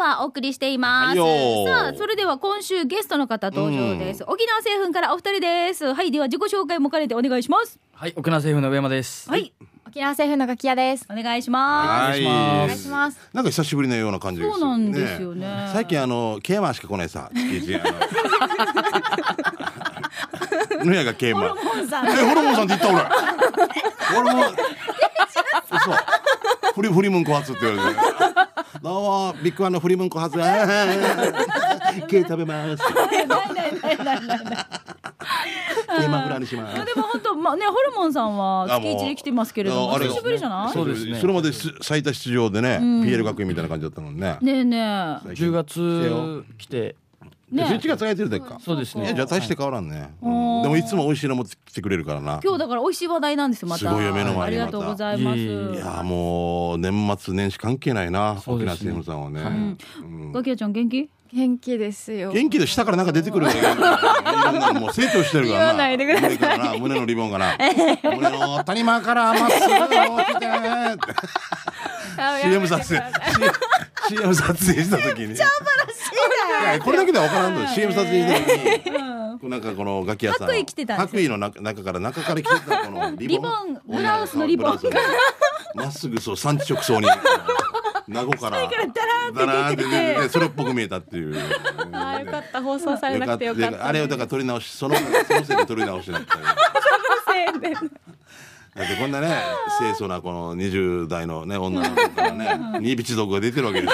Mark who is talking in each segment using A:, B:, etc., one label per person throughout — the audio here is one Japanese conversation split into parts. A: はお送りしていま
B: は
A: す。
B: いよー
A: さあ、それでは今週ゲストの方登場です。沖縄製粉からお二人です。はい、では自己紹介も兼ねてお願いします。
C: はい、沖縄政府の上山です。
A: はい、
D: 沖縄政府の柿屋です。
A: お願いしま
B: は
A: す。
B: い
C: お
D: お願いします。
B: なんか久しぶりのような感じです
A: そうなんですよね
B: 最近あのケーマーしか来ないさ。チキチキあの ぬやがケーマー。
D: 本さ
B: え
D: ん。
B: ホルモンさんって言った俺。俺も。そう。フリフリムンコ発って言われて。どうもビッグワンのフリムンコ発。 ケー食べます。ケーマフラにします。
A: でも本当、まあね、ホルモンさんは
B: あ
A: 月一で来てますけれども、
B: ああれ
A: 久しぶりじゃない
C: そうですね
B: それまで出最多出場でね、PL 学院みたいな感じだったもんね。
A: ねえねえ。
C: 10月来て、
A: ね
B: 11月がやってるでっか。
C: そうです
B: い
C: ね。
B: やじゃあ大して変わらんね。うんでもいつも美味しいの持ってきてくれるからな。
A: 今日だから美味しい話題なんですよ、また。
B: すごいよ目の前
A: あり
B: にまた
A: がとうございます。
C: いえいえ
B: いやもう年末年始関係ないな、
C: そう
B: 沖
C: ですね
B: 縄チームさんはね。
A: ガキヤちゃん元気
D: 元気ですよ。
B: 元気で下からなんか出てくるよね。いろんなのもう成長してるからな。
D: 言わないでください
B: 胸からな胸のリボンがな。胸の谷間からまっすぐ落ちて。
D: あ
B: CM 撮影。CM 撮影した時に。いやこれだけでは分からんの。CM 撮影した時に。こうなんかこの楽器屋さんの。
A: 白衣着てたんですよ
B: 白衣の中中から中から着てたこのリボン。
A: リボンブラウスのリボンが
B: ブラウスのまっすぐそう産地直送に。名護から。だらーって出てきて、それっぽく見えたっていう。
D: あよかった放送されなくてよかった。
B: あれをだから取り直しそのそのせいで取り直しだったよだってこんなね清楚なこの20代のね女の子からねニービチ族が出てるわけです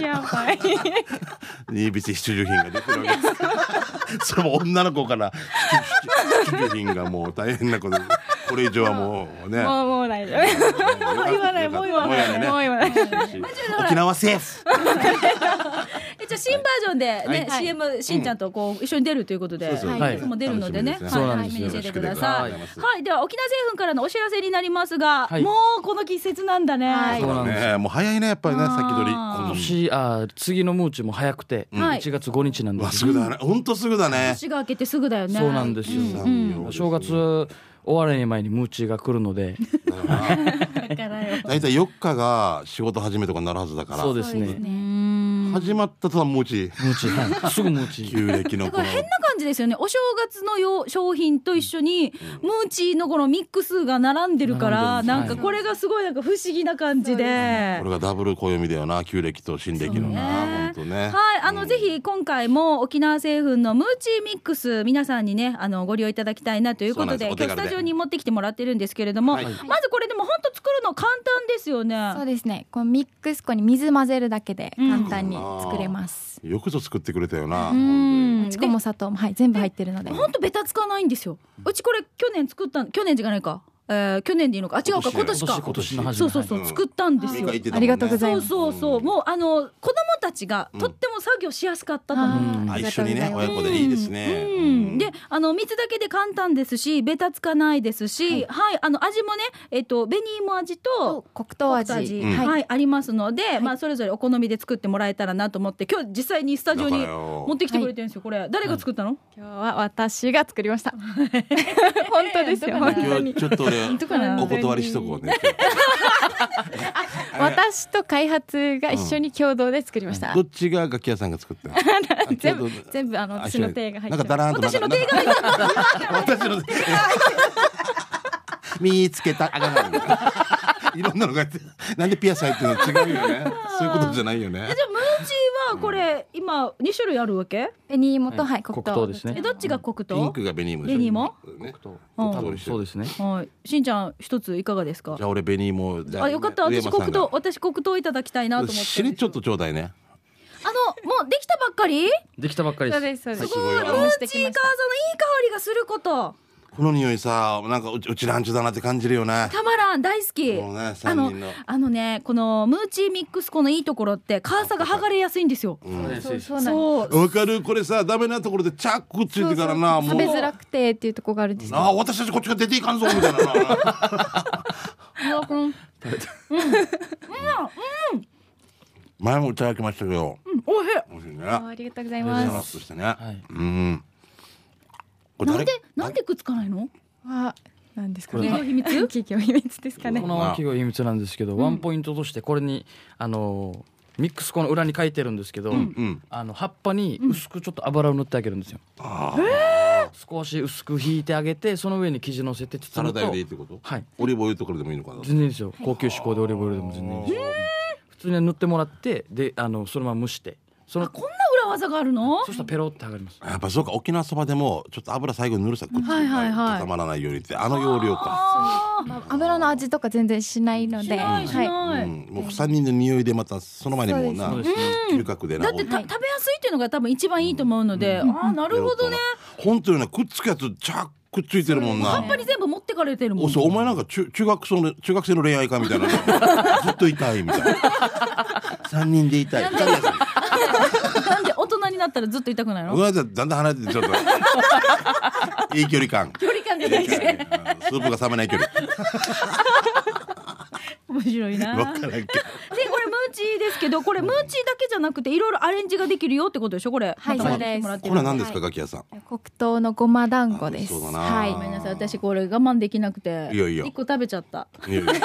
B: よ
D: やばい。
B: ニービチ必需品が出てるわけですそれも女の子から必需必需品がもう大変なことですこれ以上はもうね
D: もうもう大丈夫。
B: もう
D: 言わないもう言わないもう言わない。
B: 沖縄セーフ
A: えじゃあ新バージョンでね、
D: はい
A: CM しんちゃんとこう一緒に出るということで、
B: そうそ
A: は
B: う
A: い、
C: はい
A: も出るのでね、はい、
B: 楽しみです
C: ねそうなん
A: 早
C: で
A: め
C: すよ
A: に教えてください。
B: よろしくで
A: はい、では沖縄製粉からのお知らせになりますが、
C: はい
A: もうこの季節なんだね。
D: はい
C: そうなんです。
B: ねもう早いねやっぱりね
A: あー
B: 先取り
C: 今
B: 今
C: 年、あ、次のムーチも早くて、
A: はい
C: 1月5日なん
B: う
C: で
B: わ
C: す
B: す
C: よ。
B: ぐだねほんとすぐだね
A: 年が明けてすぐだよね。
C: そうなんですよ。
B: うん
C: 正月終わりに前にムーチが来るので、
A: だからよ。
B: 大体4日が仕事始めとかになるはずだから
C: そうですね。
A: うーん。
B: 始まったとはもうち
C: ムーチ、はいすぐムーチ。
B: 旧暦の
A: だ
B: こ
A: か
B: の
A: ら変な感じですよね。お正月のよう商品と一緒に、ムーチーのこのミックスが並んでるから、
C: 並んでる
A: なん
C: です
A: んかこれがすごいなんか不思議な感じで
B: こ。れがダブル暦だよな旧暦と新暦のな本当ね
A: はい、あの、ぜひ今回も沖縄製粉のムーチーミックス皆さんにねあのご利用いただきたいなということで
B: そうなんですお手
A: 今日ス
B: 軽で
A: タジオに持ってきてもらってるんですけれども、
B: はい
A: まずこれでも本当作るの簡単ですよね。
D: そうですね。こうミックス粉に水混ぜるだけで簡単に作れます。
B: よくぞ作ってくれたよな
A: うん
D: ちこも砂糖もはい全部入ってるので。
A: 本当ベタつかないんですよ。うちこれ去年作った去年じゃないか、えー、去年でいいのかあ違うか今
B: 今
A: 年
B: 年
C: 今
A: か
C: 年、今年の
A: そう
C: 初め。
A: そう
C: はい
A: そう、
B: うん
A: 作ったんですよ。
B: 言ってたもんね
D: ありがとうござい
A: そ
D: ま
A: う
D: す。
A: そうそう、もうあの子供たちがとっても作業しやすかったと思う。
D: あー
B: あ
D: あり
B: 一
D: が
B: 緒
D: とう
B: に
D: ござ
B: ね
D: います
B: 親子でいいですね
A: うん、であの水だけで簡単ですしべたつかないですし、はいあの味もね、えっと、紅芋味と
D: 黒糖味
A: 黒糖味
B: うん
A: はい
D: はい。
A: ありますので、まあ、それぞれお好みで作ってもらえたらなと思って今日実際にスタジオに
B: だからよ
A: 持ってきてくれてるんですよこれ誰が作ったの、
D: 今日は私が作り ました。本当ですよ。
A: どこ
D: 本
A: に
D: 当
B: 今日
D: に。
B: ちょっ と俺
D: どこなんだ
B: お断りしとこうね
D: 私と開発が一緒に共同で作りました
B: ど。っちが楽器屋さんが 作った
D: 全部全部あの私の手が入
B: なん
D: ってま
B: か
D: す
B: だらんと私の手が入って私の手見つけたあがないいろんなのが入ってなんでピアス入ってるの違うよねそういうことじゃないよね
A: じゃあムーチーはこれ、今2種類あるわけ
D: 紅芋とはい
C: 黒
D: 黒
C: 糖
D: 糖
C: ですね
A: えどっちが黒
B: ピン
A: 糖
B: クがベニーモ
A: 紅芋
B: ね
A: うん
B: 黒糖にして
C: そうですね。
A: はいしんちゃん一ついかがですか
B: じゃあ俺ベニーモじゃ
A: あよかった
B: 上
A: 私
B: 山
A: 黒
B: さんが
A: 糖私黒糖いただきたいなと思ってるんです
B: し
A: よ
B: りちょっとちょうだいね
A: あのもうできたばっかり
C: できたばっかり
D: そう
C: で
D: ですそうですす。
B: ごい
A: ムーチーカーザのいい香りがすること
B: この匂いさなんかうちうちランチだなって感じるよね
A: たまらん大好き、
B: もうね
A: あ
B: 三
A: の
B: 人の
A: あのねこのムーチーミックス粉のいいところってカーサが剥がれやすいんですよ、
C: す。そうです
D: そうなんで
A: そう
B: わかるこれさダメなところでチャックついてからなも
D: す。食
B: う
D: べづらくてっていうとこがあるんですよ。
B: なあ私たちこっちが出ていかんぞみたいな な前もいただきましたけど
A: おいしい
B: 美味しいね
D: ありがとうござい
B: サ
D: ま
B: ラッ
D: す。
B: としてね
C: い
B: うんこれ
A: なん
B: 誰
A: でなんでくっつかないの
D: わなんですか
C: これ
D: ね。
A: 企業秘密
D: 企業秘密ですかね
C: こ。の企業秘密なんですけど、ワンポイントとしてこれにあのミックス粉の裏に書いてるんですけど、
B: うん。
C: あの葉っぱに薄くちょっと油を塗ってあげるんですよ、
B: あ
C: 少し薄く引いてあげてその上に生地乗せて
B: あ、サラ
C: 包むと
B: ダ油でいいってこと？
C: はい
B: オリーブオイルとかでもいいのかな。
C: 全然いいですよ高級志向でオリーブオイルでも全然いいです普通に塗ってもらってであのそのまま蒸してその
A: こんな裏技があるの
C: そしたらペロって剥がれます
B: やっぱそうか沖縄そばでもちょっと油最後に塗るさくっつけて
A: はいはいはい
B: 固まらないようにってあの要領か、
A: あ
D: まあ油の味とか全然しないの
A: ーし
D: で、
A: ないし
D: は
B: う
A: ない、
B: ん、もう三人の匂いでまたその前にもうな
C: そうですね
B: 嗅覚でな
A: だってた
D: はい
A: 食べやすいっていうのが多分一番いいと思うので、ああなるほどね
B: 本当にねくっつくやつちゃっくっついてるもん
A: 葉
B: な
A: っぱに全部持ってかれてるも
B: お
A: ん
B: そうお前なんか中中学生の中学生の恋愛かみたいな ずっと痛いみたいな三人で痛い痛いやつ
A: なんで大人になったらずっと痛くないの
B: 僕はだんだん離れてちょっといい距離感
A: 距離感で
B: いい距離感スープが冷めない距離
A: 面白いな
B: 分からんけど
A: でこれムーチーですけどこれムーチーだけじゃなくていろいろアレンジができるよってことでしょこれ
D: はい
A: また持ってきてもらって
B: これ
A: る
B: は何ですかガキ屋さん
D: い、黒糖のごま団子です。
B: あそうだな
D: はい
A: ごめんなさい私これ我慢できなくて
B: いいよいいよ
A: 一個食べちゃった
B: いやいやいや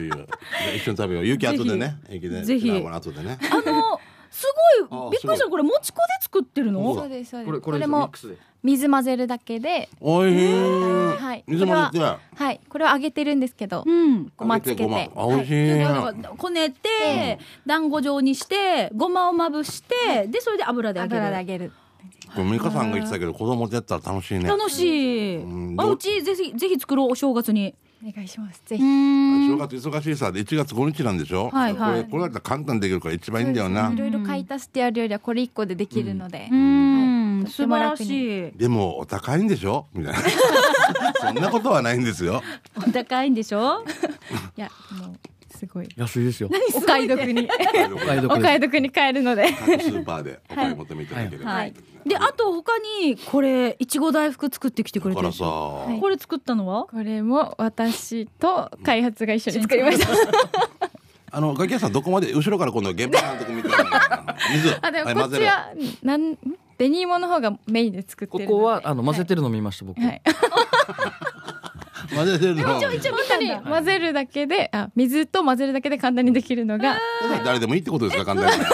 B: いや一緒に食べようゆき後でねゆきで
A: ぜひ
B: ラーメン後でね
A: あのす
B: あ
A: ご
B: あ
A: いびっくりし
B: す
A: た
B: ごい
A: これもち粉で作ってる
B: 本当
A: の
B: だ
D: そうですそうです。
C: これこ
D: こ
C: れ
D: れ
C: ミッ
D: も
C: クスで
D: 水混ぜるだけで、
B: おいしい
D: はい
B: 水混ぜて
D: はい、これを揚げてるんですけど、
A: うん
D: ごまつけて、
B: ごま
D: は
B: あおいし
D: い、
B: い
A: だからこねて、団子状にしてごまをまぶしてでそれで油で揚げ
D: 油で揚
A: る
D: げる。
B: これ美香さんが言ってたけど子供でやったら楽しいね
A: 楽しい
B: うん
A: あうちぜひぜひ作ろうお正月に
D: お願いします。ぜひ。
B: 正
A: 正
B: 月忙しいさで1月5日なんでしょ
A: はいはい
B: これこれだったら簡単にできるから一番いいんだよ
D: そう
B: な
D: ですねいろいろ買い足してやるよりはこれ一個でできるので、
A: うん
D: はい
A: 素晴らしい
B: でもお高いんでしょみたいなそんなことはないんですよ
A: お高いんでし ょ
D: いやもうすごい
C: 安いですよ
D: お買い得に
B: お
C: お買い
D: お
C: 得で
D: 買い得に買えるので。
B: 各スーパーでお買い求めいただければ、
A: はいであと他にこれいちご大福作ってきてく
B: だ
A: れて
B: か
A: る
B: らさ、
D: い
A: これ作ったのは
D: これも私と開発が一緒に作りました。
B: あのガキ屋さんどこまで後ろから今度は現場監督みたいな水
D: あでも
B: い
D: こっ
B: 混ぜ
D: ち
B: ろ
D: はなんん紅芋の方がメインで作って
C: こ
D: るので。
C: こはあの混ぜてるの見ました僕、
D: はい。
B: 混ぜてるの
D: 本当に混ぜるだけで、あ水と混ぜるだけで簡単にできるのが、
B: 誰でもいいってことですか簡単に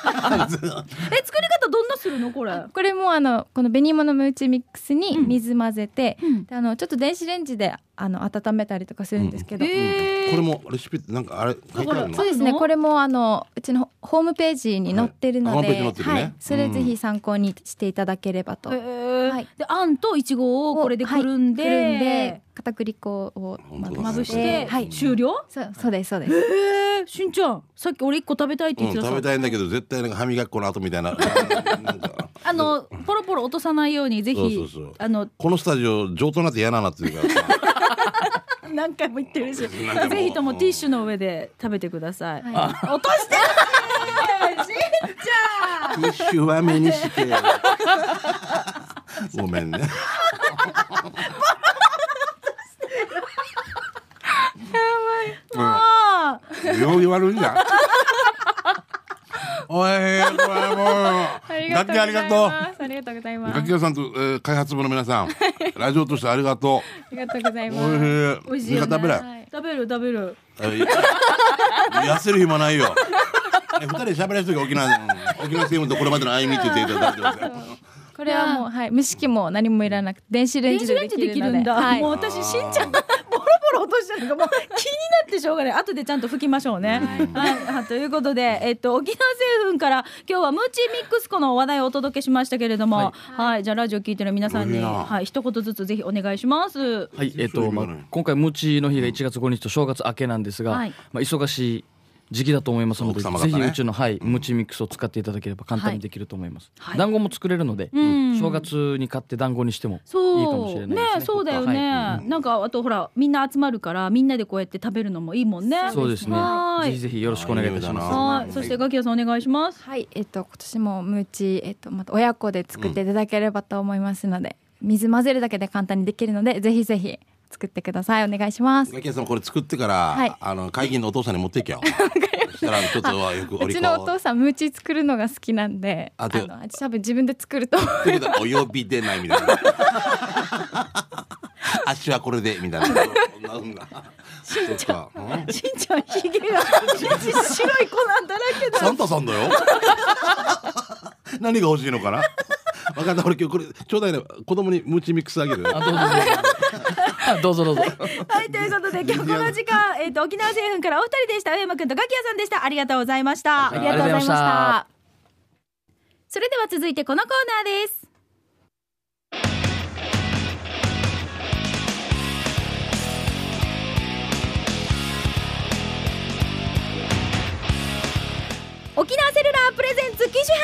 A: え作り方どんなするのこれあ
D: これもあのこの紅芋のムーチミックスに水混ぜて、
A: ん
D: であのちょっと電子レンジであの温めたりとかするんですけど、
A: うんえー
B: これもレシピってなんかあれ書いてある
A: だ
B: の
A: か
D: そう
A: ら
D: ですね
A: あの
D: これもあのうちのホームページに載ってるの
B: はいあ
D: で、
B: ホームページに載ってるね
D: はいそれぜひ参考にしていただければと。
A: へー
D: はい
A: であんといちごをこれでくるんで,、
D: はいくるんで片栗粉を
B: 本当だ
A: まぶし
B: え
A: て、
B: ー
D: はい
A: 終了
D: そうそうですそうです。
A: えー、しんちゃんさっき俺一個食べたいって
B: う
A: 言っ
B: ん、
A: てたさ、
B: 食べたいんだけど絶対なんか歯磨き粉の後みたいななんか
A: あのポロポロ落とさないようにぜひ
B: そうそうそう
A: あの
B: このスタジオ上等なんて嫌だなっていうから さ
A: 何回も言ってるしぜ
B: 何回も
A: ひともティッシュの上で食べてください、
D: は
A: 落と してるしんちゃん
B: ティッシュは目にしてやるごめんね
A: あー
B: 容儀悪いんだおいこれはもう楽器ありがとう
D: う。ありがとうございます。あ
B: 楽器屋さんと、えー開発部の皆さんラジオとしてありがと
D: りがとうございうます。
A: 美
B: おい
A: 味
B: し
A: し
B: い
A: いよ
B: みん
A: ね
B: な食べない
D: はい
A: 食べる食べる
B: 痩せる暇ないよ。え二人で喋らせるとき沖縄の沖縄チームとこれまでの歩みって言っていただいてますよ
D: これはもう、はい、蒸し器も何もいらなくて、電子レン
A: 電
D: ジ
A: 子
D: で
A: レン
D: で
A: ジ
D: き
A: でき
D: る
A: る
D: の
A: ん
D: で。
A: だ
D: はい
A: もう、私しんちゃんがボロボロ落としたのがもう気になってしょうがない後でちゃんと拭きましょうね、はいあということで、えっと、沖縄製粉から今日はムーチーミックスコの話題をお届けしましたけれどもはい、じゃあラジオ聞いてる皆さんに、
B: すごいな
A: はい、一言ずつぜひお願いします
C: はい、えっ
B: そういう意
C: と、まあ
B: 味なの、
C: 今回ムチの日が1月5日と正月明けなんですが、
A: はい
C: まあ、忙しい。時期だと思いますので、
B: 奥様方
C: ぜ
B: ね
C: ひうちの、はい、ムチミックスを使っていただければ簡単にできると思います。
A: はい
C: 団子も作れるので、
A: ん
C: 正月に買って団子にしてもいいかもし
A: そう
C: れないです
A: ね
C: ね。
A: そうだよね、
C: は
A: なんかあとほらみんな集まるからみんなでこうやって食べるのもいいもんね
C: いそうですね
A: は。
C: ぜ
A: い
C: ひぜひよろしくお願いいたします。
A: は
B: はいい
A: そしてガキヤさんお願いします
D: はい、えっと、今年もムーチ、えっと、また親子で作っていただければと思いますので。水混ぜるだけで簡単にできるので、ぜひぜひ作ってください。お願いします。
B: ガキ屋さんこれ作ってから、
D: はい
B: あの会議のお父さんに持っていけよ。そしたらちょっとはよくお
D: う
B: 利
D: ち
B: 口
D: のお父さんムーチ作るのが好きなんで、
B: あ
D: あ
B: で
D: の多分自分で作ると思う。
B: だけどお呼びでないみたいな。あっしはこれでみたいな。そんなふうなそっかうん
A: しんちゃんひげが白い粉だらけだ
B: サンタさんだよ。何が欲しいのかな。分かった、俺今日これ、ちょうだいね、子供にムチミックスあげる。
C: あど うぞどうぞあどうぞどうぞ
A: はいということで今日この時間、えっと沖縄製粉からお二人でした上山くんとガキヤさんでしたありがとうございました
D: ありがとうございました。
A: それでは続いてこのコーナーです沖縄セルラープレゼンツ機種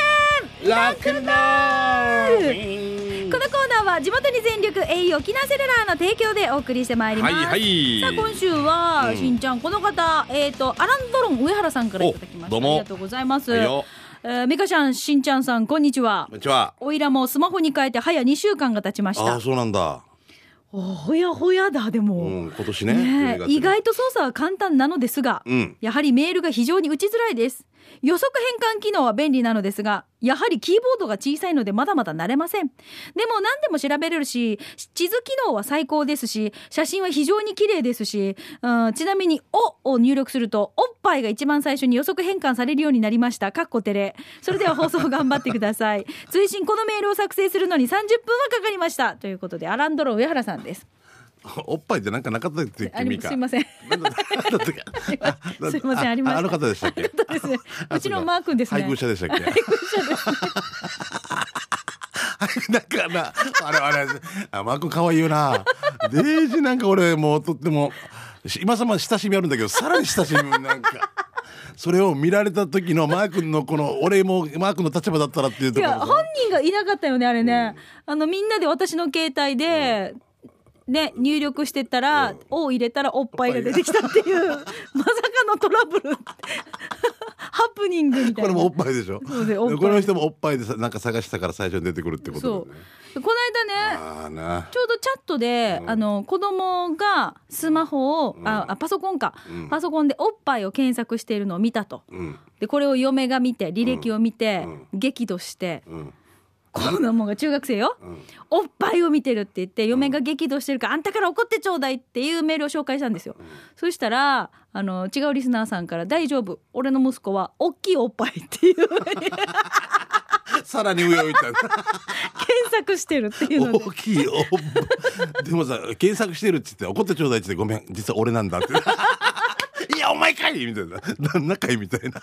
A: 編
B: ラクナー
A: このコーナーは地元に全力 au 沖縄セルラーの提供でお送りしてまいります、
B: い
A: さあ今週は、
B: うん
A: しんちゃんこの方えっ、とアランドロン上原さんからいただきました
B: おどうも
A: ありがとうございます、
B: はい
A: え
B: よ
A: ー、メカちゃんしんちゃんさんこんにちは
B: こんにちは。
A: おいらもスマホに変えて早2週間が経ちまし
B: あ
A: た
B: あ、そうなんだ。
A: おほやほやだで
B: う
A: も、
B: ん、今年
A: ね
B: ね
A: え。
B: 10月
A: 意外と操作は簡単なのですが、
B: うん。
A: やはりメールが非常に打ちづらいです予測変換機能は便利なのですがやはりキーボードが小さいのでまだまだ慣れませんでも何でも調べれるし地図機能は最高ですし写真は非常に綺麗ですし、うん、ちなみに「お」を入力するとおっぱいが一番最初に予測変換されるようになりましたかっこてれそれでは放送を頑張ってくださ い追伸このメールを作成するのに30分はかかりましたということでアランドロン上原さんです
B: おっぱいってなんかなかったっけ、
A: あれ
B: 君か。
A: すいません
B: なんだなんだったっけあなんだ
A: すいませんありました
B: あの方でしたっけ。
A: そうですねうちのマー君ですね
B: 配偶者でしたっけ。配偶者です。 なんかな、あれあれ、あ、マー君可愛いよな。デージなんか俺もうとっても。し今さま親しみあるんだけど、さらに親しみなんか。それを見られた時のマー君のこの、俺もマー君の立場だったらっていう
A: い
B: ところ
A: や
B: もさ。
A: 本人がいなかったよねあれね、あのみんなで私の携帯で、ね入力してたら「お」を入れたらおっぱいが出てきたっていうま さかのトラブルハプニングみたい
B: こ
A: な
B: れもおっぱいでしょ。
A: そうでおっぱい
B: この人もおっぱいでさなんか探したから最初に出てくるってこ
A: そ
B: と
A: う
B: だよね。
A: でこの間ね
B: ああな。
A: ちょうどチャットで、あの子供がスマホを、ああパソコンか、
B: うん
A: パソコンでおっぱいを検索しているのを見たと
B: うん
A: でこれを嫁が見て履歴を見て、
B: うん
A: 激怒して、
B: うん
A: こんなもんが中学生よ、
B: うん
A: おっぱいを見てるって言って嫁が激怒してるからあんたから怒ってちょうだいっていうメールを紹介したんですよ、そしたらあの違うリスナーさんから「大丈夫俺の息子は大きいおっぱい」っていう 検
B: さらに上を行った。
A: 索してるっていうので
B: 大きいおっぱいでもさ検索してるっつって怒ってちょうだいっつってごめん実は俺なんだって いやお前かいみたいな何仲いいみたいな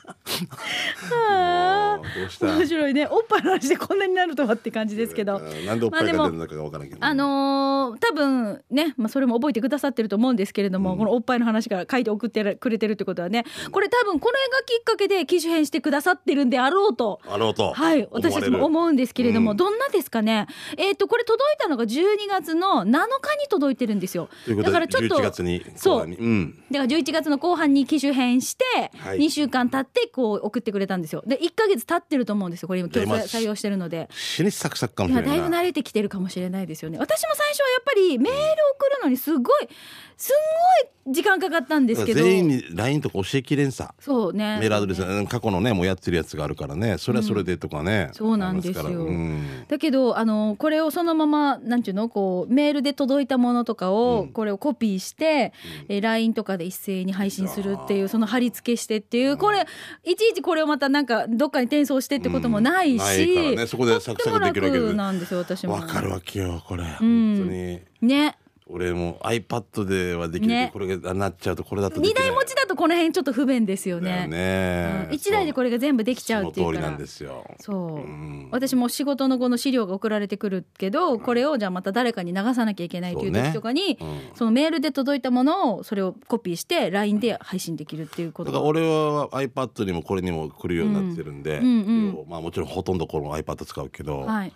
B: もうどうした
A: 面白いねおっぱいの話でこんなになるとはって感じですけど。
B: うんなんでおっぱいが出るのかがわからんけど、
A: あのー多分ね、まあ、それも覚えてくださってると思うんですけれども、このおっぱいの話から書いて送ってくれてるってことはねこれ多分これがきっかけで機種変してくださってるんであろうと
B: あろうと
A: はい、私たちも
B: 思わ
A: 思うんですけれども、
B: うん
A: どんなですかね。えっ、と、これ届いたのが12月の7日に届いてるんですよ
B: れ。るというこ
A: だ
B: と
A: から
B: で
A: ちょっと。
B: 11月に
A: そう
B: 後半にうん
A: だから11月の後半に機種変して、
B: はい
A: 2週間経ってこう送ってくれたんですよで1か月経ってると思うんですよこれ今今
B: 出ま
A: 日
B: す
A: 採用してるので
B: 死にサクサクかも
A: い
B: し
A: や
B: れ
A: だい
B: な
A: ぶ
B: い
A: 慣
B: な
A: れてきてるかもしれないですよね私も最初はやっぱりメール送るのにすごいすんごい時間かかったんですけど
B: 全員に LINE とか教えきれんさ
A: そうね
B: メールアドレス、うん過去のねもうやってるやつがあるからねそれはそれでとかね、
A: そうなんですよ
B: ありまからうん
A: だけどあのこれをそのままなんていうのこうメールで届いたものとかを、これをコピーして、えー LINE とかで一斉に配信するっていうその貼り付けしてっていうこれいちいちこれをまたなんかどっかに転送してってこともないし、
B: うんないからねそこでサクサクできる
A: と
B: わけで
A: っても楽なんですよ私も
B: わかるわけよこれ、
A: ん
B: 本当に
A: ね
B: 俺も iPad ではできるけど、
A: ね
B: これがなっちゃうとこれだとで
A: 2
B: きない
A: 台持ちだとこの辺ちょっと不便ですよ
B: だよ
A: ね
B: ね、
A: 1台でこれが全部できちゃうってい
B: そう
A: か
B: の通り
A: ら
B: なんですよ
A: そう、
B: ん
A: 私も仕事のこの資料が送られてくるけどこれをじゃあまた誰かに流さなきゃいけないという
B: そうね
A: 時とかにそ,、
B: う
A: の
B: ん
A: メールで届いたものをそれをコピーして LINE で配信できるっていうこ
B: だ
A: と
B: から
A: が
B: 俺は iPad にもこれにも来るようになってるんで、
A: うんうん
B: まあもちろんほとんどこの iPad 使うけど、
A: はい、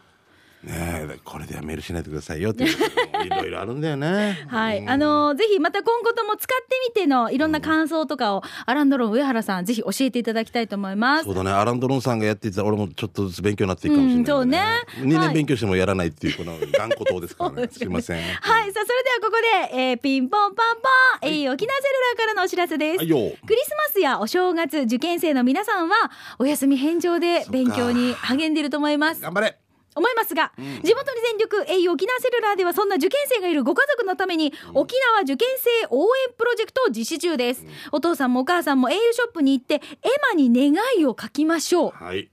B: ねえこれではメールしないでくださいよっていうこともいろいろあるんだよね
A: はいあのーぜひまた今後とも使ってみてのいろんな感想とかをアランドロン上原さんぜひ教えていただきたいと思います
B: そう。だねアランドロンさんがやっていたら俺もちょっとずつ勉強になっていくかもしれない、
A: うんそうね
B: 2
A: は
B: 年
A: い
B: 勉強してもやらないっていうこの頑固党ですから
A: そう
B: ね
A: です
B: すいません
A: はいさあそれではここで、えーピンポンパンポン、えー沖縄セルラーからのお知らせです。
B: はいよ
A: クリスマスやお正月受験生の皆さんはお休み返上で勉強に励んでいると思います
B: 頑張れ
A: 思いますが、地元に全力 au 沖縄セルラーではそんな受験生がいるご家族のために沖縄受験生応援プロジェクトを実施中です、お父さんもお母さんも au ショップに行ってエマに願いを書きましょう
B: はい。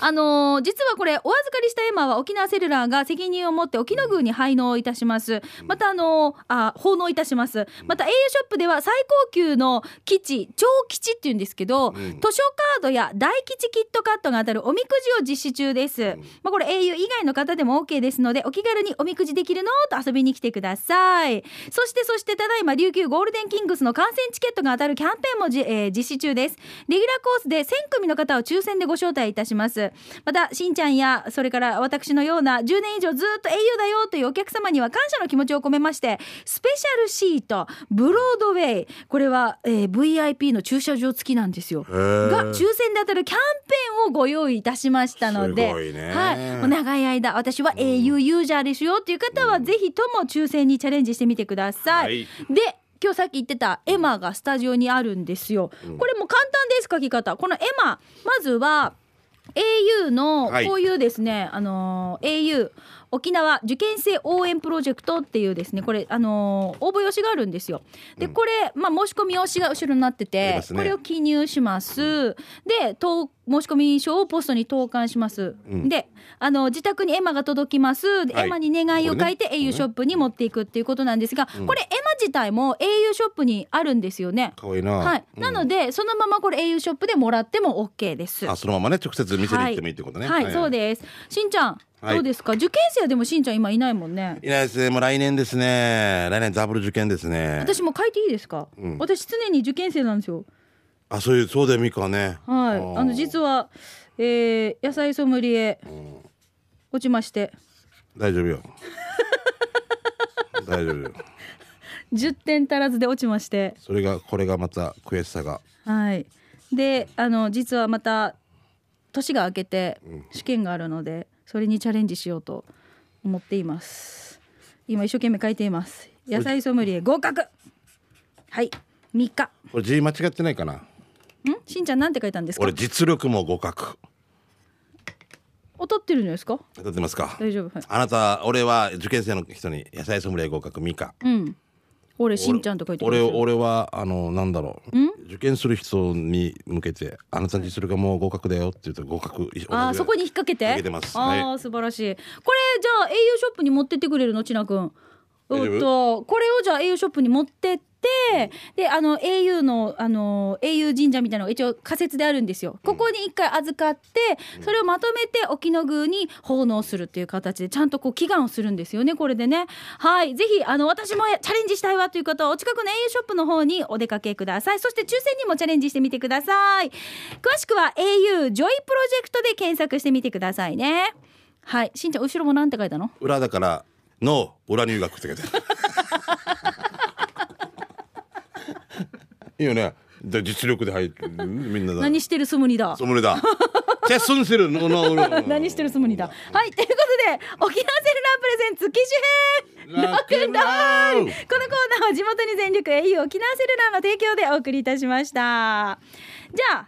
A: あのー実はこれお預かりしたエマは沖縄セルラーが責任を持って沖縄宮に配納いたしますまたあのーあ奉納いたしますまた au ショップでは最高級の基地超基地っていうんですけど、図書カードや大吉キットカットが当たるおみくじを実施中です、まあ、これ au 以外の方でも OK ですのでお気軽におみくじできるのと遊びに来てくださいそしてそしてただいま琉球ゴールデンキングスの観戦チケットが当たるキャンペーンもじ、えー実施中ですレギュラーコースで1000組の方を抽選でご招待いたしますまたしんちゃんやそれから私のような10年以上ずっと au だよというお客様には感謝の気持ちを込めましてスペシャルシートブロードウェイこれは、えー VIP の駐車場付きなんですよが抽選で当たるキャンペーンをご用意いたしましたのです
B: ごいね
A: はい、もう長い間私は au ユーザーですよっていう方はぜひとも抽選にチャレンジしてみてください、
B: はい
A: で今日さっき言ってたエマがスタジオにあるんですよ、これもう簡単です書き方このエマまずは au の
B: はい
A: こういうですね、あのー au 沖縄受験生応援プロジェクトっていうですねこれあのー応募用紙があるんですよでこれ、まあ、申し込み用紙が後ろになって
B: あり
A: て、
B: ますね
A: これを記入しますで投申し込み書をポストに投函します、であの自宅にエマが届きますで
B: はい
A: エマに願いを書いて au ショップに持っていくっていうことなんですが、これエマ自体も au ショップにあるんですよね
B: かわいいな。
A: はい、なのでそのままこれ au ショップでもらっても OK です
B: あ、そのままね、直接店に行ってもいいってことね。
A: はい、はいそうですしんちゃん、
B: はい
A: どうですか受験生はでもしんちゃん今いないもんね
B: いないですね。もう来年ですね。来年ダブル受験ですね。
A: 私も書いていいですか、私常に受験生なんですよ
B: あ、そういう、そうだよ、ミカね。
A: はい
B: ー
A: あの実は、えー野菜ソムリエ落ちまして
B: 大丈夫よ。 大丈夫よ。
A: 10点足らずで落ちまして
B: それが、これがまた悔しさが。
A: はいであの実はまた年が明けて試験があるのでそれにチャレンジしようと思っています今一生懸命書いています野菜ソムリエ合格はい3日
B: これ字間違ってないかな。
A: んしんちゃんなんて書いたんですか
B: 俺、実力も互角。
A: 劣ってるんじゃないですか
B: 当たってますか。
A: 大丈夫はい
B: あなた、俺は受験生の人に野菜ソムリエ合格ミカ。
A: うん俺しんちゃんと書いて
B: 俺
A: ますよ
B: 俺はあのなんだろう受験する人に向けてあなたにそれがもう合格だよって言うと合格
A: あーそこに引っ掛けて
B: 引っ掛けてます
A: ああ、
B: は
A: 素晴らしいこれじゃあ au ショップに持ってってくれるのちなくん
B: 大丈夫
A: おっとこれをじゃあ au ショップに持ってってであの au のあの au 神社みたいなのが一応仮設であるんですよここに一回預かってそれをまとめて沖の宮に奉納するっていう形でちゃんとこう祈願をするんですよねこれでねはいぜひあの私もチャレンジしたいわという方はお近くの au ショップの方にお出かけくださいそして抽選にもチャレンジしてみてください詳しくは au ジョイプロジェクトで検索してみてくださいねはいしんちゃん後ろもなんて書いたの
B: 裏だからの裏入学って書いて あるいいよねで実力で入ってみんなだ
A: 何してるスムニだ
B: ソムリエだチェスンするののの
A: 何してるスムニだはいということで沖縄セルラープレゼンツ機種編
B: ロックンロール
A: このコーナーは地元に全力 au 沖縄セルラーの提供でお送りいたしましたじゃあ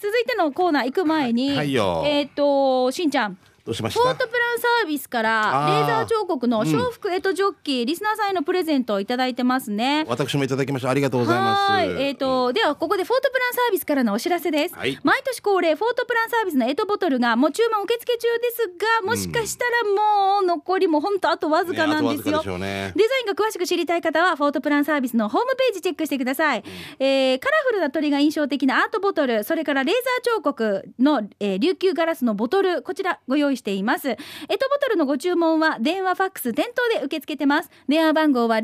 A: 続いてのコーナー行く前に、
B: はいはいよ
A: えっ、としんちゃん
B: どうしまし
A: フォー
B: た
A: トプランサービスから
B: あー
A: レーザー彫刻の小福エトジョッキー、リスナーさんへのプレゼントをいただいてますね。
B: 私もいただきましたありがとうございます
A: はーいえー、とではここでフォートプランサービスからのお知らせです、
B: はい
A: 毎年恒例フォートプランサービスのエトボトルがもう注文受付中ですがもしかしたらもう残りも本当あとわずかなんです
B: ねあとわずか
A: よ、
B: でしょうね
A: デザインが詳しく知りたい方はフォートプランサービスのホームページチェックしてください、えーカラフルな鳥が印象的なアートボトルそれからレーザー彫刻の、えー琉球ガラスのボトルこちらご用意していますエトボトルのご注文は電話ファックス店頭で受け付けてます電話番号は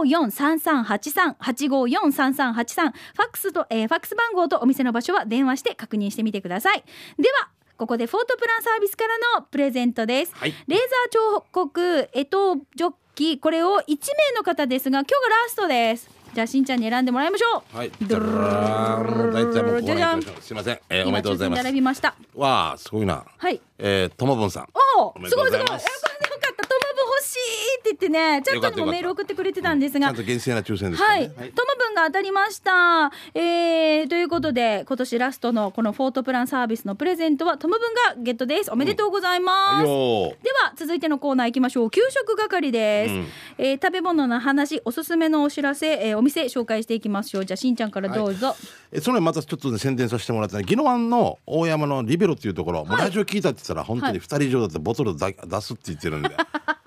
A: 098-854-3383 854-3383ファックスと、えーファックス番号とお店の場所は電話して確認してみてくださいではここでフォートプランサービスからのプレゼントです、
B: はい
A: レーザー彫刻えとジョッキこれを1名の方ですが今日がラストですじゃあしんちゃんに選んでもらいましょう
B: はいじゃらーん大ちゃんもここ
A: じゃじ
B: ま
A: ゃん
B: で行きましょうすいません、えー、お
A: 今
B: めでとう
A: 抽
B: ござい
A: 選で
B: ま
A: す選びました
B: わあすごいな
A: はい
B: えー、ともぼんさん
A: お
B: お
A: お
B: めですとう
A: ごい
B: ご
A: すごい
B: ざい
A: よか
B: ま
A: っ
B: す
A: たよかったトマブ欲しいって言ってねチャットに
B: よかったよ
A: も
B: かった
A: メール送ってくれてたんです
B: ち
A: が
B: ゃんと厳正な抽選ですか
A: は
B: ら
A: い、
B: ね、
A: トマブンが当たりました、えーえーということで今年ラストのこのフォートプランサービスのプレゼントはトム分がゲットですおめでとうございます、
B: よ
A: では続いてのコーナー行きましょう給食係です、
B: うん
A: えー食べ物の話おすすめのお知らせ、えーお店紹介していきましょうじゃあしんちゃんからどうぞ、
B: えそれまたちょっと、ね、宣伝させてもらってね宜野湾の大山のリベロっていうところ、もうラジオ聞いたって言ったら本当に2人以上だってボトルだ出すって言ってるん で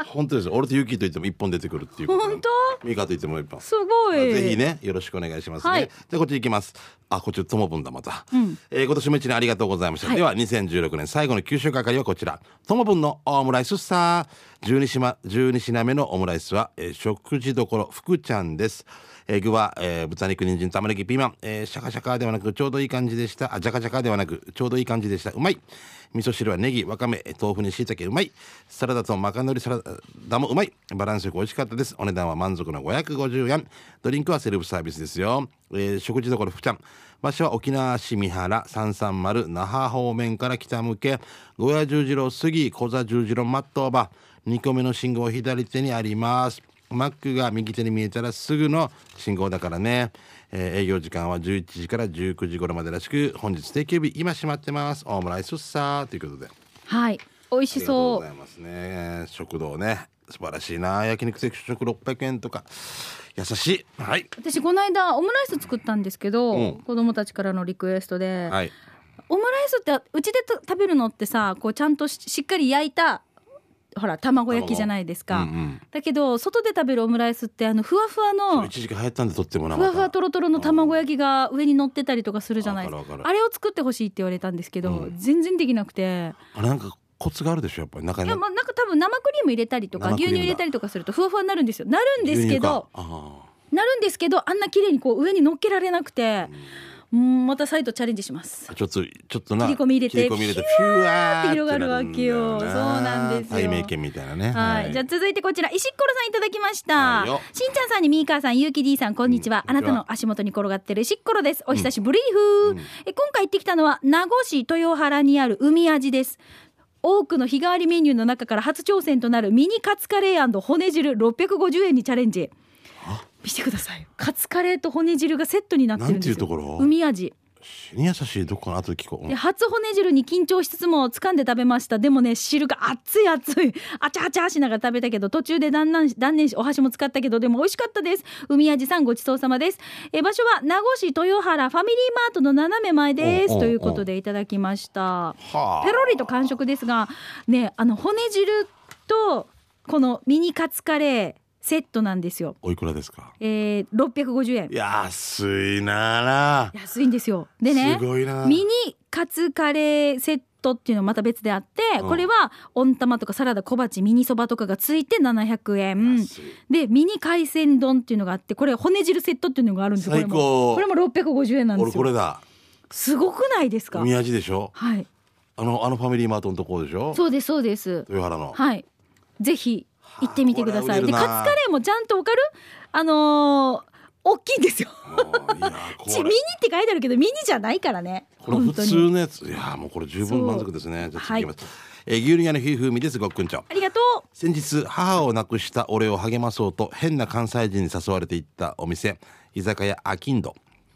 B: 本当ですよ俺とユキと言っても1本出てくるっていうことなんでミカと言っても1本
A: すごい
B: ぜひねよろしくお願いしますね、
A: はい
B: でこっち行きますあこっちともぶんだまた、えー今年も一年ありがとうございました、では2016年最後の給食係はこちらともぶんのオムライスさ12品 ,12 品目のオムライスは、えー食事どころ福ちゃんです、えー具は、えー豚肉人参玉ねぎピーマン、えーシャカシャカではなくちょうどいい感じでしたあジャカジャカではなくちょうどいい感じでしたうまい味噌汁はネギわかめえー豆腐にしいたけうまいサラダとマカノリサラダもうまいバランスよく美味しかったですお値段は満足の550円ドリンクはセルフサービスですよ、えー食事どころふちゃん場所は沖縄市三原330那覇方面から北向け小屋十字路杉小座十字路マットバ2個目の信号左手にありますマックが右手に見えたらすぐの信号だからね、えー営業時間は11時から19時頃までらしく本日定休日今閉まってますオムライスさーということで
A: はい美味し
B: ありがとうご
A: そう
B: ざいますね食堂ね素晴らしいな焼肉定食600円とか優しいはい
A: 私この間オムライス作ったんですけど、
B: うん
A: 子供たちからのリクエストで、
B: はい
A: オムライスってうちでと食べるのってさこうちゃんとししっかり焼いたほら卵焼きじゃないですか、
B: うんうん
A: だけど外で食べるオムライスってあのふわふわの
B: 一時期流行ったんで撮ってもな
A: ふ
B: ま
A: わ
B: た
A: ふわとろとろの卵焼きが上に乗ってたりとかするじゃないです
B: わかるわかる
A: あれを作ってほしいって言われたんですけど、
B: うん
A: 全然できなくて
B: あなんかコツがあるでしょやっぱり中
A: い
B: に
A: やまあなんか多分生クリーム入れたりとか
B: 生クリ
A: 牛
B: ームだ
A: 乳入れたりとかするとふわふわになるんですよなるんです
B: 牛
A: け
B: 乳か
A: ど
B: あ
A: なるんですけどあんな綺麗にこう上に乗っけられなくて、うん、また再度チャレンジします
B: ーちょっとちょっとな
A: 切り込み入れて
B: 切り込み入れてピュワ
A: ーって広がるわけよ
B: って
A: そうなんですよ
B: 対面券みたいなね
A: はい、じゃあ続いてこちら石ころさんいただきました、
B: はいよ
A: しんちゃんさんにみーかーさんゆうき D さんこんにちは、
B: うん
A: あ
B: こん
A: な
B: にちは
A: たの足元に転がってる石ころですお久しぶりーふー、
B: うん
A: え今回行ってきたのは名護市豊原にある海味です多くの日替わりメニューの中から初挑戦となるミニカツカレー骨汁650円にチャレンジ見てくださいカツカレーと骨汁がセットになってるんですよ
B: なんていうところ
A: 海味
B: 死に優しいどこかな後で聞こううん
A: で初骨汁に緊張しつつも掴んで食べましたでもね汁が熱い熱いあちゃあちゃしながら食べたけど途中で断念し断念しお箸も使ったけどでも美味しかったです海味さんごちそうさまですえ場所は名護市豊原ファミリーマートの斜め前で
B: おうおうお
A: す
B: う
A: ということでいただきました
B: はあ
A: ペロリと完食ですがねあの骨汁とこのミニカツカレーセットなんですよ
B: おいくらですか
A: えー、650円
B: 安いなあ
A: 安いんですよでね
B: すごいなあ
A: ミニカツカレーセットっていうのはまた別であって、
B: うん
A: これは温玉とかサラダ小鉢ミニそばとかがついて700円
B: 安い
A: でミニ海鮮丼っていうのがあってこれ骨汁セットっていうのがあるんですよこれ
B: 最
A: も
B: 高
A: これも650円なんで
B: 俺
A: す
B: これ
A: よ
B: だ
A: すごくないですか
B: 宮地でしょ
A: はい
B: あのあのファミリーマートのところでしょ
A: そうですそうです
B: 豊原の
A: はいぜひ行ってみてください
B: こ
A: で
B: れ
A: カツ
B: は売れるな
A: カレーもちゃんとわかるあのー大きいんですよ
B: もういやこ
A: ちミニ
B: れ
A: って書いてあるけどミニじゃないからね
B: これ普
A: 本当
B: 通
A: に
B: のやついやもうこれ十分満足ですね
A: そ
B: じゃ
A: う
B: あ次行きます、えー牛乳屋のひふみですごっくんちょ
A: ありがとう
B: 先日母を亡くした俺を励まそうと変な関西人に誘われて行ったお店居酒屋アキンド、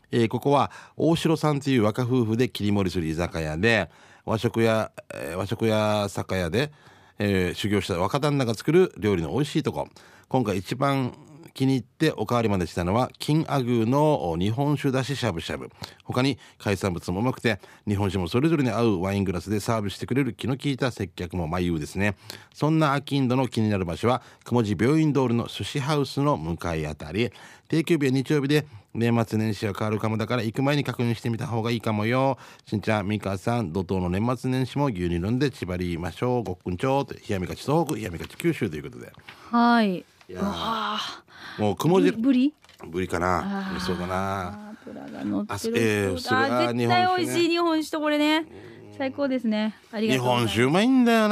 B: えーここは大城さんという若夫婦で切り盛りする居酒屋で和食や、えー和食や酒屋で、えー修行した若旦那が作る料理の美味しいとこ今回一番気に入っておかわりまでしたのは金アグーのお日本酒だししゃぶしゃぶ他に海産物もうまくて日本酒もそれぞれに合うワイングラスでサービスしてくれる気の利いた接客もま優ですねそんなアキンドの気になる場所は雲寺病院通りの寿司ハウスの向かいあたり定休日は日曜日で年末年始は変わるかもだから行く前に確認してみた方がいいかもよしんちゃんみかさん怒涛の年末年始も牛乳飲んで縛りましょうごっくんちょうと冷やみかち東北冷やみかち九州ということで
A: はい
B: やーもう雲寺
A: ぶり
B: ぶりかな味噌だな
A: 油が乗ってる
B: あすえ
A: そ
B: ー
A: うだ
B: それが
A: 絶対
B: 日本酒ね
A: 美味しい日本酒とこれね最高ですねありが
B: 日
A: とうござい
B: 本
A: ます
B: 酒うまいんだよ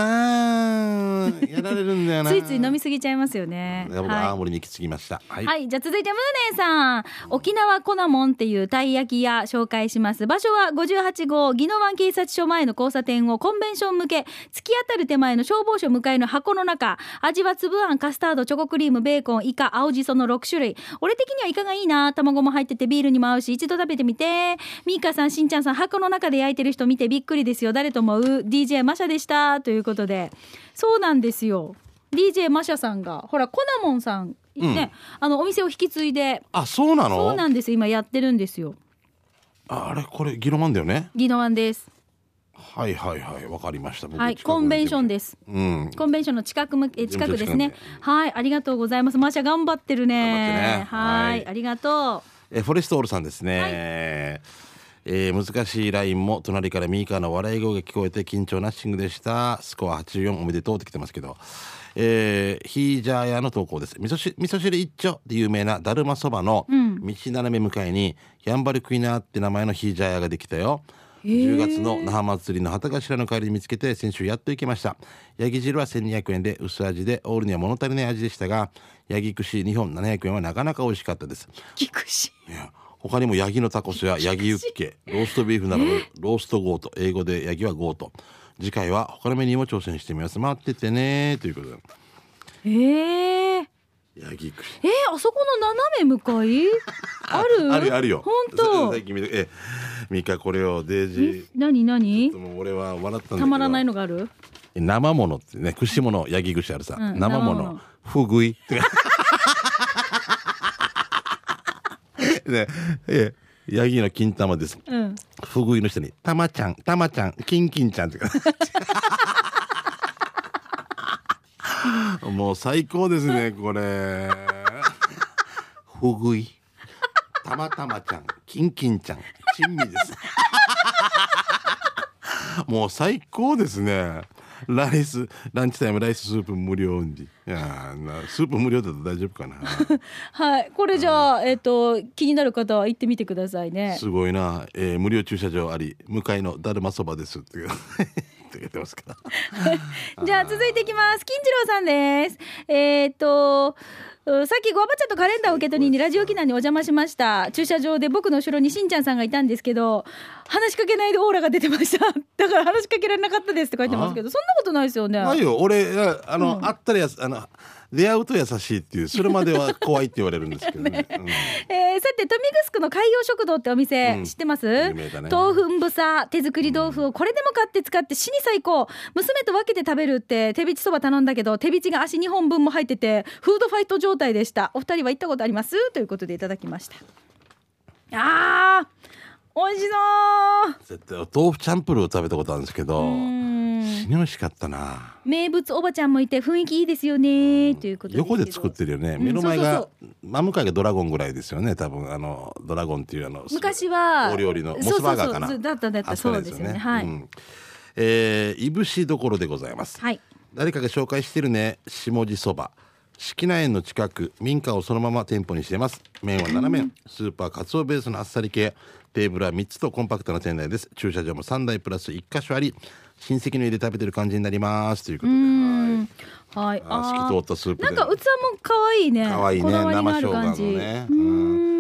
B: なやられるんだよな
A: ついつい飲みすぎちゃいますよね
B: やっぱ青森に行き過ぎましたは、
A: はいい、じゃあ続いてムーネンさん沖縄コナモンっていうたい焼き屋紹介します場所は58号宜野湾警察署前の交差点をコンベンション向け突き当たる手前の消防署向かいの箱の中味は粒あんカスタードチョコクリームベーコンイカ青じその6種類俺的にはイカがいいな卵も入っててビールにも合うし一度食べてみてミーカさんしんちゃんさん箱の中で焼いてる人見てびっくりですよ誰と思う DJ マシャでしたということでそうなんですよ DJ マシャさんがほらコナモンさんね、あのお店を引き継いで
B: あそうなの
A: そうなんです今やってるんですよ
B: ああれこれギロマンだよね
A: 宜野湾です
B: はいはいはいわかりました僕
A: はい
B: 近くに
A: コンベンションです
B: うん
A: コンベンションの近くむえ近くですね
B: 事務所近
A: はいありがとうございますマーシャ頑張ってるね
B: 頑張って
A: はい
B: ねはい
A: ありがと
B: えーフォレストオールさんですね、えー難しいラインも隣からミーカーの笑い声が聞こえて緊張ナッシングでしたスコア84おめでとうって来てますけどえーヒージャー屋の投稿です味噌汁味噌汁一丁で有名なだるまそばの道斜め向かいに、やんばるクイナーって名前のヒージャー屋ができたよ10月の那覇祭りの旗頭の帰りに見つけて先週やっと行けましたヤギ汁は1200円で薄味でオールには物足りない味でしたがヤギ串2本700円はなかなか美味しかったです
A: う菊 し
B: いや他にもヤギのタコスやヤギユッケローストビーフなどのローストゴート英語でヤギはゴート次回は他のメニューも挑戦してみます待っててねということで
A: えー、
B: ヤギ串
A: えー、あそこの斜め向か いある
B: あるよあるよ
A: 本
B: さ
A: 当
B: 最近見てえミカこれをデイジー
A: 何何
B: もう俺は笑ったんだけど
A: たまらないのがある
B: え生ものってね串物ヤギ串あるさ、
A: うん
B: 生も
A: 生も
B: の
A: の
B: ふ ぐいってかねえヤギの金玉です
A: うん
B: ふぐいの人に「たまちゃんたまちゃんキンキンちゃん」って書いてある もう最高ですねこれふぐいたまたまちゃんキンキンちゃん珍味ですもう最高ですねライスランチタイムライススープ無料にいやーなスープ無料だと大丈夫かな
A: はいこれじゃあえっ、と気になる方は行ってみてくださいね
B: すごいな、えー無料駐車場あり向かいのだるまそばですって言う って言ってますか ら
A: じゃあ続いていきます金次郎さんですえーっとうさっきごアバちゃんとカレンダーを受け取りにラジオ機内にお邪魔しました駐車場で僕の後ろにしんちゃんさんがいたんですけど話しかけないでオーラが出てました だから話しかけられなかったですって書いてますけどそんなことないですよね
B: ないよ俺ああの、会ったらやすあの出会うと優しいっていうそれまでは怖いって言われるんですけど ね、うん
A: えーさて豊見城の海洋食堂ってお店、
B: うん
A: 知ってます、
B: 有名だね
A: 豆腐んぶさ手作り豆腐をこれでも買って使って死に最高娘と分けて食べるって手びちそば頼んだけど手びちが足2本分も入っててフードファイト状態でしたお二人は行ったことありますということでいただきましたあー美味しそう
B: 絶対お豆腐チャンプルーを食べたことあるんですけど
A: うん
B: 死に美味しかったな
A: 名物おばちゃんもいて雰囲気いいですよねということですけど
B: 横で作ってるよね
A: ん
B: 目の前
A: そ
B: が
A: う
B: 真向かいがドラゴンぐらいですよね多分あのドラゴンっていうあの
A: 昔は
B: お料理のモ
A: そうそう
B: ス
A: そう
B: バーガーかな
A: だっただった
B: あそこ
A: そうですよねはい
B: んえーいぶしどころでございます
A: はい
B: 誰かが紹介してるね下地そば敷内園の近く民家をそのまま店舗にしてます麺は7麺スーパーカツオベースのあっさり系テーブルは3つとコンパクトな店内です駐車場も3台プラス1箇所あり親戚の家で食べてる感じになりますということでは
A: は
B: い
A: い
B: あー
A: あー
B: 透き通ったスープで
A: なんか器も可愛いね。
B: 可愛いね
A: こだわりのあ
B: 生生
A: る
B: 姜
A: 感
B: の
A: じ。
B: ね
A: うーん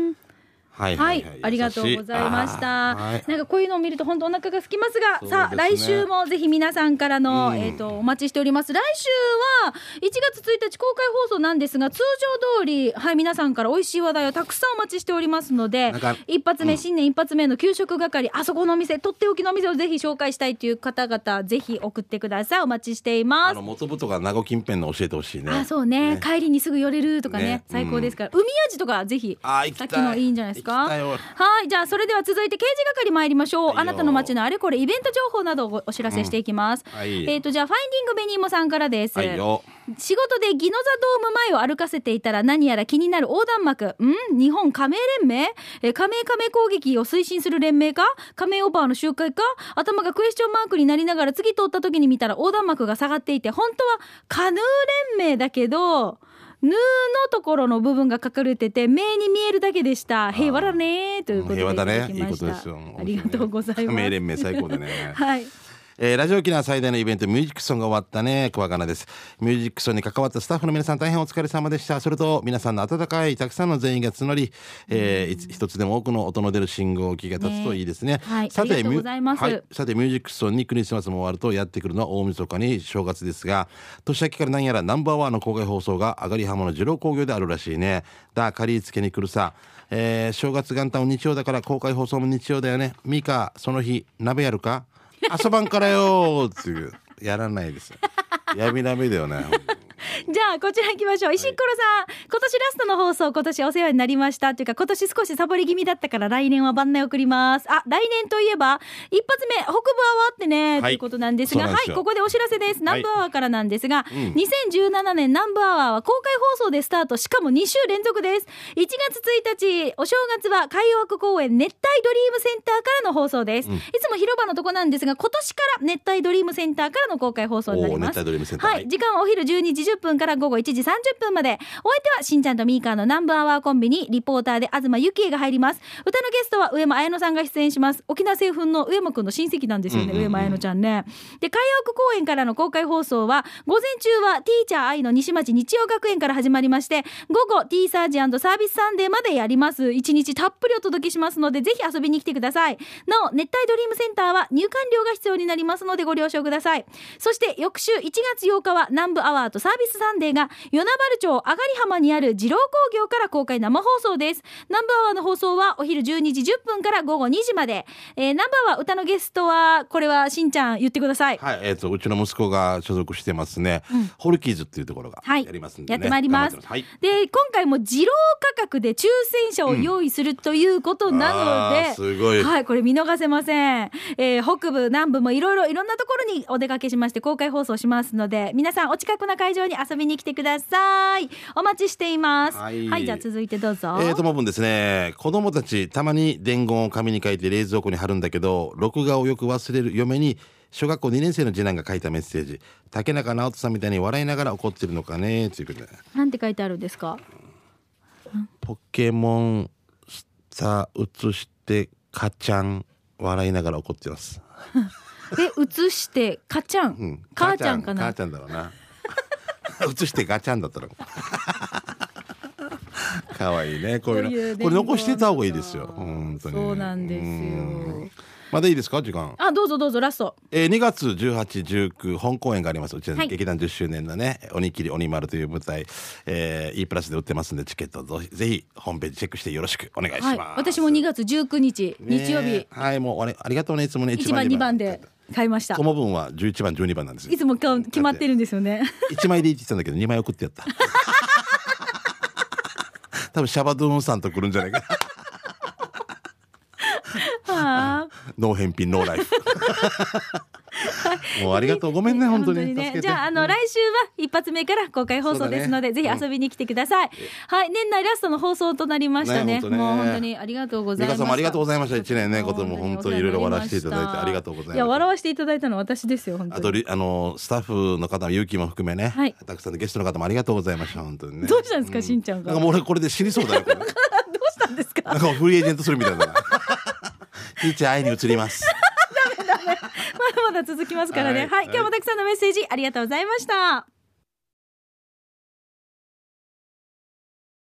B: はい
A: はい、ありがとうございました。
B: はい
A: なんかこういうのを見ると本当お腹が空きますが、
B: そうですね
A: さあ来週もぜひ皆さんからの、えっ、とお待ちしております。来週は1月1日公開放送なんですが、通常通りはい皆さんから美味しい話題をたくさんお待ちしておりますので
B: なんか、
A: 一発目、新年一発目の給食係、あそこのお店とっておきのお店をぜひ紹介したいという方々ぜひ送ってください。お待ちしていま
B: あ
A: す
B: の。元々が名護近辺の教えてほしいね
A: あそうね帰りにすぐ寄れるとかね
B: ね
A: 最高ですから、海味とかぜひ
B: あー行
A: さ
B: きたい
A: っきのいいんじゃないですか
B: 行きたいよ
A: はいじゃあそれでは続いて刑事係参りましょう
B: いよ
A: あなたの街のあれこれイベント情報などをごお知らせしていきます、
B: うんはい
A: えっ、とじゃあファインディングベニーモさんからです、
B: はいよ
A: 仕事でギノザドーム前を歩かせていたら何やら気になる横断幕ん日本加盟連盟えー加盟加盟攻撃を推進する連盟か加盟オーバーの集会か頭がクエスチョンマークになりながら次通った時に見たら横断幕が下がっていて本当はカヌー連盟だけどヌーのところの部分が隠れてて目に見えるだけでした平和だねということで
B: 平和だね
A: いただき
B: いい
A: ま
B: こ
A: した
B: とですよ
A: ありがとうございます
B: 加盟連盟最高でね
A: はい
B: えーラジオ沖縄最大のイベントミュージックソンが終わったね桑かなですミュージックソンに関わったスタッフの皆さん大変お疲れ様でしたそれと皆さんの温かいたくさんの全員が募り、えーいつ一つでも多くの音の出る信号機が立つといいですね
A: はいありがとうございます
B: ミュはいさてミュージックソンにクリスマスも終わるとやってくるのは大晦日に正月ですが年明けから何やらナンバーワンの公開放送が上がり浜の二郎工業であるらしいねだかりつけに来るさ、えー正月元旦も日曜だから公開放送も日曜だよねミカその日鍋やるか朝晩からよーっていうやらないです闇鍋だよね
A: じゃあこちら行きましょう石ころさん、今年ラストの放送今年お世話になりましたというか今年少しサボり気味だったから来年は番内送りますあ来年といえば一発目北部アワーってね、
B: は
A: と
B: い
A: いうことなんですが
B: そうなん
A: は
B: で
A: い
B: すよ
A: ここでお知らせです南部アワーからなんですが、
B: ん
A: 2017年南部アワーは公開放送でスタートしかも2週連続です1月1日お正月は海洋博公園熱帯ドリームセンターからの放送です、いつも広場のとこなんですが今年から熱帯ドリームセンターからの公開放送になり
B: おー
A: ま
B: 熱
A: す
B: 帯ドリームセンター
A: は
B: はい
A: い、時間はお昼12時10分から午後1時30分までお相手はしんちゃんとみーかーのナンバーワーコンビにリポーターで東ゆきえが入ります歌のゲストは上間彩乃さんが出演します沖縄製粉の上間くんの親戚なんですよね、上間彩乃ちゃんねで海洋区公園からの公開放送は午前中はティーチャー愛の西町日曜学園から始まりまして午後ティーサージサービスサンデーまでやります一日たっぷりお届けしますのでぜひ遊びに来てくださいなお熱帯ドリームセンターは入館料が必要になりますのでご了承くださいそして翌週1月8日は南部アワーとサービスサンデーが与那原町上がり浜にある二郎工業から公開生放送です南部アワーの放送はお昼12時10分から午後2時まで、えー、南部アワー歌のゲストはこれはしんちゃん言ってください
B: はい、えっ、と、うちの息子が所属してますね、ホルキーズっていうところが
A: はい
B: やりますんで、ね
A: やってまいります
B: 頑張ってはい。
A: で今回も二郎価格で抽選者を用意するということなので、
B: あーすごい
A: はい、これ見逃せません、えー北部南部もいろいろいろんなところにお出かけしまして公開放送しますので皆さんお近くの会場に遊びに来てくださいお待ちしていますは、
B: はいい
A: じゃあ続いてどうぞ、
B: えー、ともぶんですね子供たちたまに伝言を紙に書いて冷蔵庫に貼るんだけど録画をよく忘れる嫁に小学校2年生の次男が書いたメッセージ竹中直人さんみたいに笑いながら怒ってるのかねということで
A: なんて書いてあるんですか
B: ポケモンスター映してカチャン笑いながら怒ってます、
A: え映してかちゃん、
B: うん、
A: 母ちゃんかな
B: 母ちゃんだろうな 映してガチャンだったら かわいいねこういうのこれ残してた方がいいですよ本当に
A: そうなんですよ
B: うんまだいいですか時間
A: あどうぞどうぞラスト
B: えー、2月18、19本公演がありますうちの
A: はい
B: 劇団10周年のね「おにぎり鬼丸」という舞台、えー、E プラスで売ってますんでチケットをぜひぜひホームページチェックしてよろしくお願いしま
A: は
B: す、
A: い私も2月19日、
B: ね
A: 日曜日
B: はいもうあれありがとうねいつもね
A: 1番2番で買いました
B: この分は11番12番なんですよ
A: いつも今日決まってるんですよね。
B: 1枚でいいって言ってたんだけど2枚送ってやった 多分シャバドゥーンさんと来るんじゃないか な
A: は
B: ノー返品ノーライフもうありがとう ごめんね本当に助け
A: ね。
B: て
A: じゃあ、あの、来週は一発目から公開放送ですので、
B: そうだ
A: ぜ
B: ね
A: ひ遊びに来てください。はい、年内ラストの放送となりましたね。
B: ね本当ね
A: もう本当にありがとうござい
B: 美
A: ま
B: 香
A: し
B: さ
A: た。
B: んもありがとうございました一年ねことも本当にいろいろ笑わせていただいて
A: 本当に
B: ありがとうございます
A: や、笑わせていただいたのは私ですよ、本
B: あ
A: 当
B: と
A: に。
B: りあのスタッフの方勇気も含めね、
A: はい
B: たくさんのゲストの方もありがとうございました本当にね
A: どうしたんですか、しんちゃん
B: な
A: が。
B: んか
A: ど
B: もう俺これで死にそうだよ これな
A: うしたんですか。
B: んかフリーエージェントするみたいだな いいちゃん会いに移ります
A: まだまだ続きますからね。
B: は
A: はいい、今日もたくさんのメッセージありがとうございました。